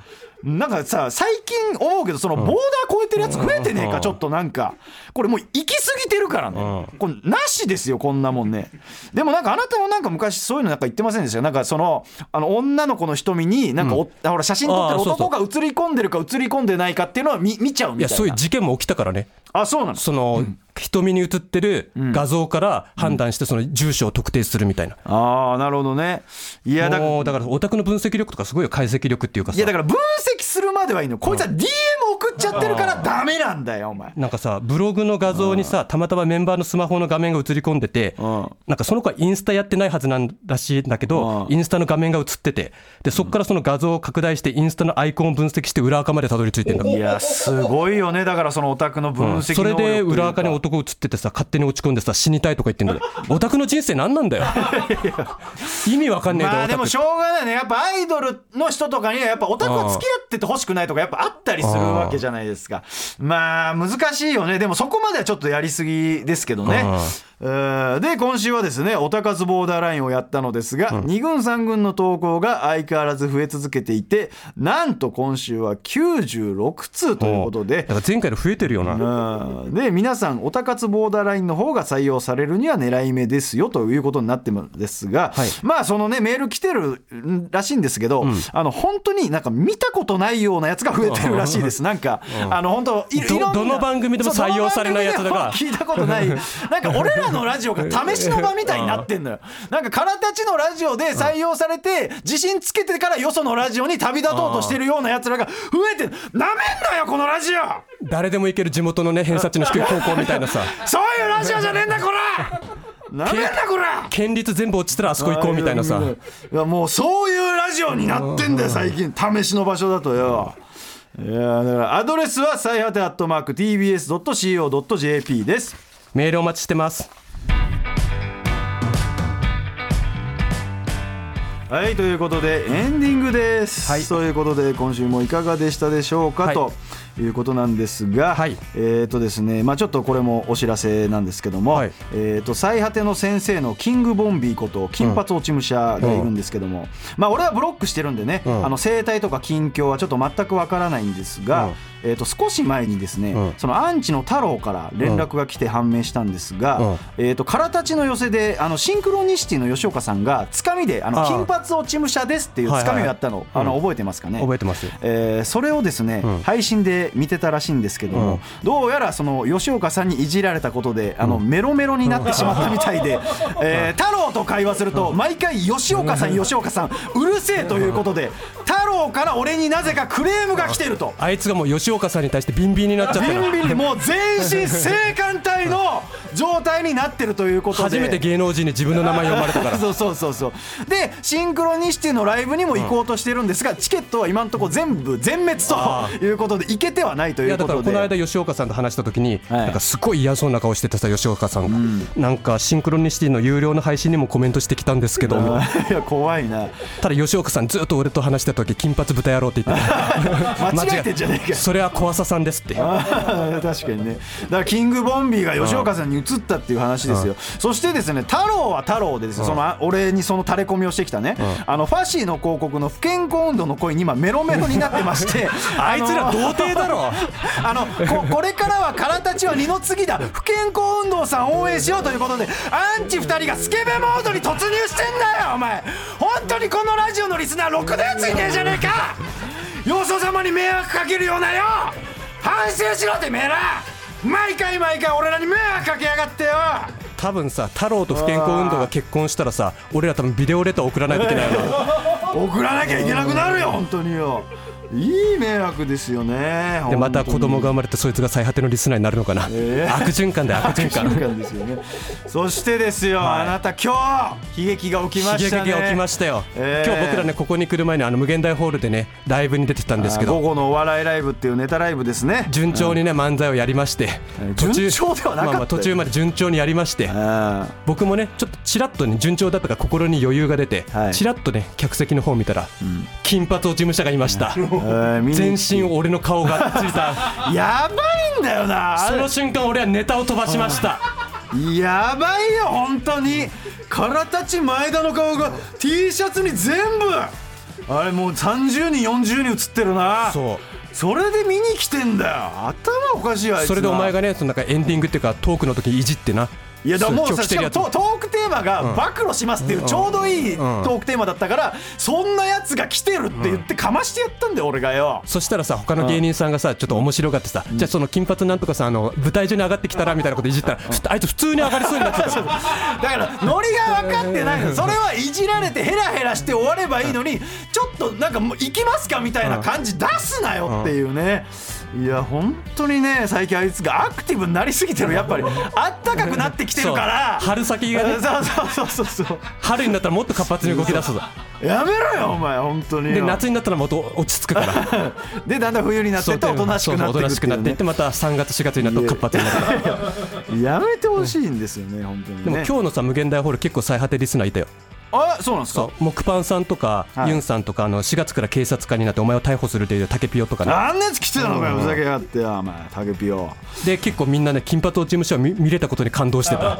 なんかさ最近思うけどそのボーダー超えてるやつ増えてねえ
う
か
ん
ちょっとなんかこれもう行き過ぎてるからねこれなしですよこんなもんねでもなんかあなたもなんか昔そういうのなんか言ってませんでしたなんかそのあの女の子の瞳になんかお、ほら写真撮ってる
ああそうそう
男が写り込んでるか写り込んでないかっていうのは見見ちゃうみたい
いや
な
そういう事件も起きたからね
あそうなの
その、瞳に映ってる画像から判断してその住所を特定するみたいな、
ああなるほどねいやだから
もうだからオタクの分析力とかすごいよ解析力っていうか
いやだ
さ
から分析するまではいいのこいつは DM 送っちゃってるからダメなんだよお前
なんかさブログの画像にさたまたまメンバーのスマホの画面が映り込んでて
うん
なんかその子はインスタやってないはずなんらしいんだけど
うん
インスタの画面が映っててでそこからその画像を拡大してインスタのアイコンを分析して裏垢までたどり着いてんだ
いやすごいよねだからそのオタクの分析
そ
能
れ
力というか
で裏垢に男映っててさ勝手に落ち込んでさ死にたいとか言ってんだよオタクの人生何なんだよ意味わかんねえだろ
まあ
オ
で
タク
もしょうがないねやっぱアイドルの人とかにはやっぱオタクは付き合っててほしくないとかやっぱあったりするわけじゃないですかまあ難しいよねでもそこまではちょっとやりすぎですけどねうんで今週はですねオタ活ボーダーラインをやったのですが、2軍3軍の投稿が相変わらず増え続けていてなんと今週は96通ということ
だ
で
から前回の増えてるよな
うんで皆さんオタ活ボーダーラインの方が採用されるには狙い目ですよということになってるんですが、
はい
まあそのねメール来てるんらしいんですけど、あの本当になんか見たことないようなやつが増えてるらしいですなんか、あの本当い
ど
いろんな
どの番組でも採用されないやつだが
そうどの番組でも聞いたことないなんか俺らのラジオが試しの場みたいになってんのよなんか空たちのラジオで採用されて自信つけてからよそのラジオに旅立とうとしてるようなやつらが増えてるなめんなよこのラジオ
誰でも行ける地元のね偏差値の低い高校みたいなさ
そういうラジオじゃねえんだこらなめんなこら
県立全部落ちたらあそこ行こうみたいなさ
いやもうそういうラジオになってんだよ最近試しの場所だとよいやだからアドレスは最果てアットマーク TBS.CO.JP です
メールお待ちしてます
はいということでエンディングです、
はい
ということで今週もいかがでしたでしょうか、
はい
ということなんですが、
はい
えっ、とですねまあちょっとこれもお知らせなんですけども、
はい
えっ、と最果ての先生のキングボンビーこと金髪落ち武者がいるんですけども、まあ俺はブロックしてるんでね、
うん
あの生態とか近況はちょっと全くわからないんですが、
うん
えっ、と少し前にですね、
うん
そのアンチの太郎から連絡が来て判明したんですが、
うん
えっ、と空たちの寄せであのシンクロニシティの吉岡さんがつかみであの
あー
金髪金髪落ち武者ですっていうつかみをやったの,、
はいはい
あの覚えてますかね
覚えてますよ
えーそれをですね、
うん
配信で見てたらしいんですけども、
うん
どうやらその吉岡さんにいじられたことであの、メロメロになってしまったみたい で、えー太郎と会話すると毎回吉岡さん吉岡さんうるせえということで太郎から俺になぜかクレームが来てると。
あいつがもう吉岡さんに対してビンビンになっ ちゃっ
ビ
たら
ンビンもう全身性感帯の状態になってるということで
初めて芸能人に自分の名前呼ばれたから
そうそうそうそうでシンクロニシティのライブにも行こうとしてるんですが、チケットは今のところ全部全滅ということで行けてはないと
い
い
や
う
だ
こ
から
と
この
で
間吉岡さんと話した時に、
はい
なんかすごい嫌そうな顔してたさ吉岡さんが、なんかシンクロニシティの有料の配信にもコメントしてきたんですけど、
いや怖いな
ただ吉岡さんずっと俺と話してた時金髪豚野郎って言ってた
間違えてんじゃねえか
間違え それは怖ささんですって
あー確かにねだからキングボンビーが吉岡さんに移ったっていう話ですよ、そしてですね太郎は太郎でですね、そのあ俺にその垂れ込みをしてきたね、あのファシーの広告の不健康運動の声に今メロメロになってまして
あいつら童貞だろ
あのここれからは空たちは二の次だ不健康運動さん応援しようということでアンチ2人がスケベモードに突入してんだよお前本当にこのラジオのリスナーろくなやついねえじゃねえかよそ様に迷惑かけるようなよ反省しろってめえら毎回毎回俺らに迷惑かけやがってよ
多分さ太郎と不健康運動が結婚したらさ俺ら多分ビデオレター送らないといけないよな
送らなきゃいけなくなるよ本当によいい迷惑ですよね
でまた子供
が
が生まれてそいつが最果てのリスナーになるのかな、
えー
悪循環だよ悪循環
瞬間ですよね。そしてですよ、あなた今日悲劇が起きま
刺
し
激
た
が
ね。
起きましたよ、
えー
今日僕らねここに来る前にあの無限大ホールでねライブに出てたんです
あ
け
ー
ど
午後のお笑いライブっていうネタライブですね。
順調にね漫才をやりまして
えー順調ではなかったよ
まあまあ途中まで順調にやりまして
あ
僕もねちょっとちらっとね順調だったから心に余裕が出て
はい
ちらっとね客席の方見たら金髪落ち武者がいました
ーえー見に
全身俺の 顔がついた
やばいんだよな。あ
そ
れ
の瞬間俺はネタを飛ばしました
やばいよ本当に。からたち前田の顔が T シャツに全部。あれもう30人40人映ってるな
そう
それで見に来てんだよ頭おかしいわあいつな
それでお前がねそのなんかエンディングっていうかトークの時いじってない
やだからもう
今
さ
日
し
来
てか
る
も
やつ
トトークテーマが暴露しますっていうちょうどいいトークテーマだったからそんなやつが来てるって言ってかましてやったんだよ俺がよ
そしたらさ他の芸人さんがさちょっと面白がってさ、じゃあその金髪なんとかさあの舞台上に上がってきたらみたいなこといじったら、ふあいつ普通に上がりそうになってた
だ からノリが分かってないのそれはいじられてヘラヘラして終わればいいのにちょっとなんかもう行きますかみたいな感じ出すなよっていうねいや本当にね最近あいつがアクティブになりすぎてるやっぱりあったかくなってきてるから
そう春先がね
そうそうそうそうそう
春になったらもっと活発に動き出すぞ
やめろよお前本当によ
で夏になったらまた落ち着くから
でだんだん冬になって
そ
っ
う
ておとなしくな
そう
っ
そうおと
てく
なし
って
く
い
な
う
ってい
ね
ってまた3月4月になると活発になるから
やめてほしいんですよね本当にね
でも今日のさ無限大ホール結構最果てリスナーいたよ
あそうなんですか
そう木パンさんとか、
はい
ユンさんとかあの4月から警察官になってお前を逮捕するというタケピオとかね
あんなやつ来てたのかよふざけやがってよお前タケピオ
で結構みんなね金髪を事務所を見見れたことに感動してた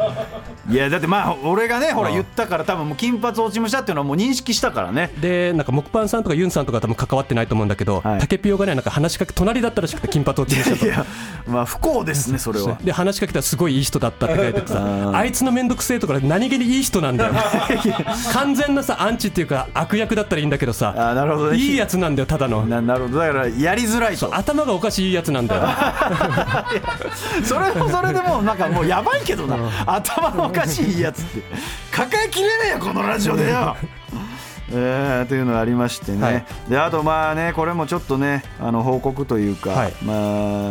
いやだってまあ俺がねほら
うん
言ったから多分もう金髪落ち武者っていうのはもう認識したからね
でなんか木パンさんとかユンさんとか多分関わってないと思うんだけど、
はい
タケピオがねなんか話しかけ隣だったらしくて金髪を事務所
い やまあ不幸ですねそれは
で話しかけたらすごいいい人だったって書いててさあいつの面倒くせえところ何気にいい人な んだよ完全なさアンチっていうか悪役だったらいいんだけど
あー
さ
なるほどね
いいやつなんだよただの
ななるほどだからやりづらいと
頭がおかしいいいやつな んだよ
それもそれで もうなんかもうやばいけどな頭のおかしいやつって抱えきれねえよこのラジオでよえー、というのがありましてね、
はい
であとまあねこれもちょっとねあの報告というか、
はい
まあ、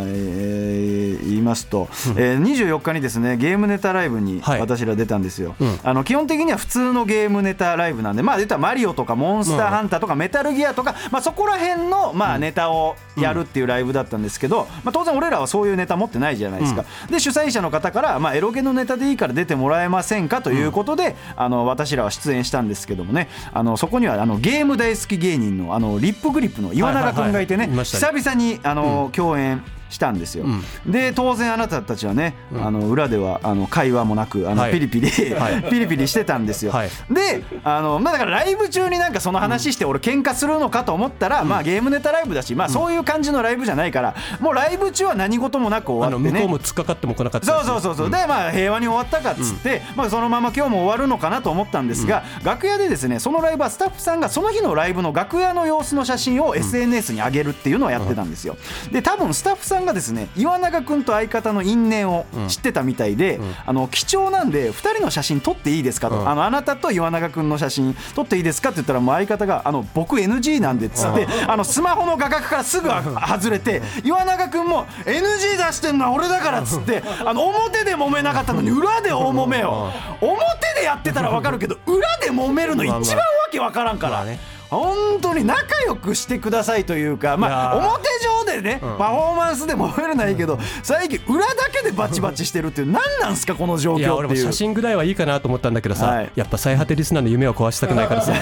えー言いますと、えー、24日にですねゲームネタライブに
はい
私ら出たんですよ、
うん
あの基本的には普通のゲームネタライブなんでまあ言ったらマリオとかモンスターハンターとかメタルギアとか、まあ、そこら辺のまあネタをやるっていうライブだったんですけど、まあ、当然俺らはそういうネタ持ってないじゃないですか、で主催者の方から、まあ、エロゲのネタでいいから出てもらえませんかということで、あの私らは出演したんですけどもねあのそこにはあのゲーム大好き芸人のあのリップグリップの岩永君がいてね、
はいはいはいいましたね
久々にあの、共演したんですよ、で当然あなたたちはね、あの裏ではあの会話もなくあの、
はい
ピリピリ、
はい
ピリピリしてたんですよ、
はい
であの、まあ、だからライブ中になんかその話して俺喧嘩するのかと思ったら、まあ、ゲームネタライブだし、まあ、そういう感じのライブじゃないからもうライブ中は何事もなく
あ
終わ
の
って
向こう
ね
も突っかかっても来なかった
そう
し
そうそうそう、でまあ平和に終わったかっつって、まあ、そのまま今日も終わるのかなと思ったんですが、楽屋でですねそのライブはスタッフさんがその日のライブの楽屋の様子の写真を SNS に上げるっていうのをやってたんですよ、で多分スタッフさんがですね岩永君と相方の因縁を知ってたみたいで、あの貴重なんで2人の写真撮っていいですかと、
うん
あのあなたと岩永君の写真撮っていいですかって言ったらもう相方があの僕 NG なんでっつって、あのスマホの画角からすぐあ外れて岩永君も NG 出してんのは俺だからっつってあの表で揉めなかったのに裏で大揉めよ表でやってたら分かるけど裏で揉めるの一番わけ分からんから。
まあね
本当に仲良くしてくださいというか、まあ、
いやー
表上でね、パフォーマンスでも揉めるないけど最近裏だけでバチバチしてるっていう何なんすかこの状況っていう
いや俺も写真ぐらいはいいかなと思ったんだけどさ、
はい
やっぱ最果てリスナーの夢を壊したくないか らさ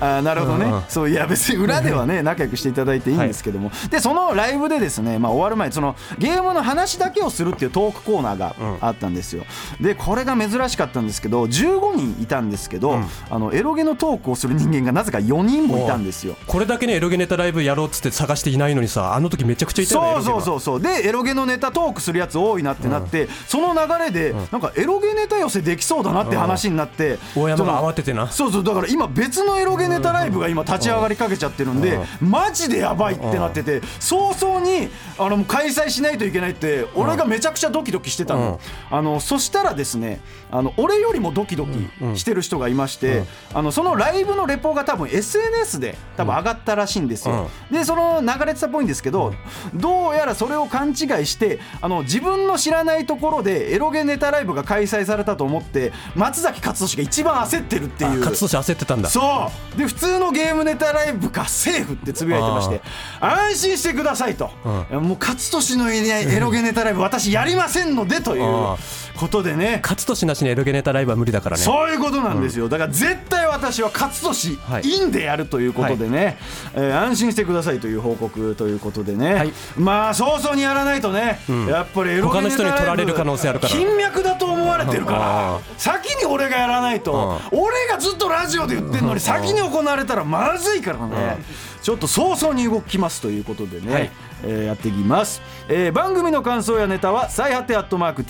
あーなるほどね、
うんうん
そういや別に裏では ね仲良くしていただいていいんですけども、でそのライブでですね、まあ、終わる前にそのゲームの話だけをするっていうトークコーナーがあったんですよ、でこれが珍しかったんですけど15人いたんですけど、あのエロゲのトークをする人間がなぜか4人もいたんですよ
これだけねエロゲネタライブやろうっつって探していないのにさあの時めちゃくちゃいたよね
そうそう
う
そうそうでエロゲのネタトークするやつ多いなってなって、その流れでなんかエロゲネタ寄せできそうだなって話になって、
大山が
その
慌ててな
そうそうだから今別のエロゲネタライブが今立ち上がりかけちゃってるんでマジでやばいってなってて早々にあのもう開催しないといけないって俺がめちゃくちゃドキドキしてたの,、あのそしたらですねあの俺よりもドキドキしてる人がいまして、あのそのライブのレポが多分 SNS で多分上がったらしいんですよ、でその流れてたっぽいんですけど、どうやらそれを勘違いしてあの自分の知らないところでエロゲネタライブが開催されたと思って松崎勝利が一番焦ってるっていう
勝利焦ってたんだ
そうで普通のゲームネタライブかセーフってつぶやいてまして安心してくださいと、もう勝利のいないエロゲネタライブ私やりませんのでという
あ
ことでね
勝利なしにエロゲネタライブは無理だからね
そういうことなんですよ、だから絶対私は勝利
はい
インでやるということでね、えー安心してくださいという報告ということでね、
はい
まあ早々にやらないとね、やっぱりエロゲネタライブ
他の人に取られる可能性あるから
金脈だと思われてるか
う
ら先に俺がやらないと俺がずっとラジオで言ってるのに先に行われたらまずいからねちょっと早々に動きますということでね、
はい
えーやっていきます、えー番組の感想やネタは最果てアットマーク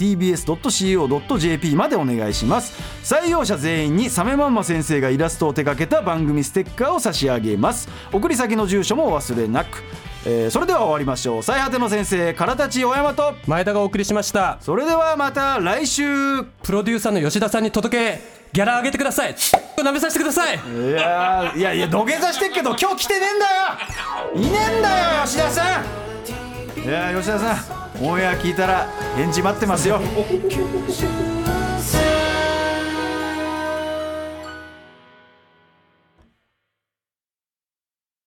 TBS.CO.jp までお願いします採用者全員にサメマンマ先生がイラストを手掛けた番組ステッカーを差し上げます送り先の住所もお忘れなく、えーそれでは終わりましょう最果ての先生唐立大山と
前田がお送りしました
それではまた来週
プロデューサーの吉田さんに届けギャラ上げてください舐めさせてください
いやーいやいや土下座してっけど今日来てねえんだよいねえんだよ吉田さんいやー吉田さんオンエア聞いたら返事待ってますよ
Say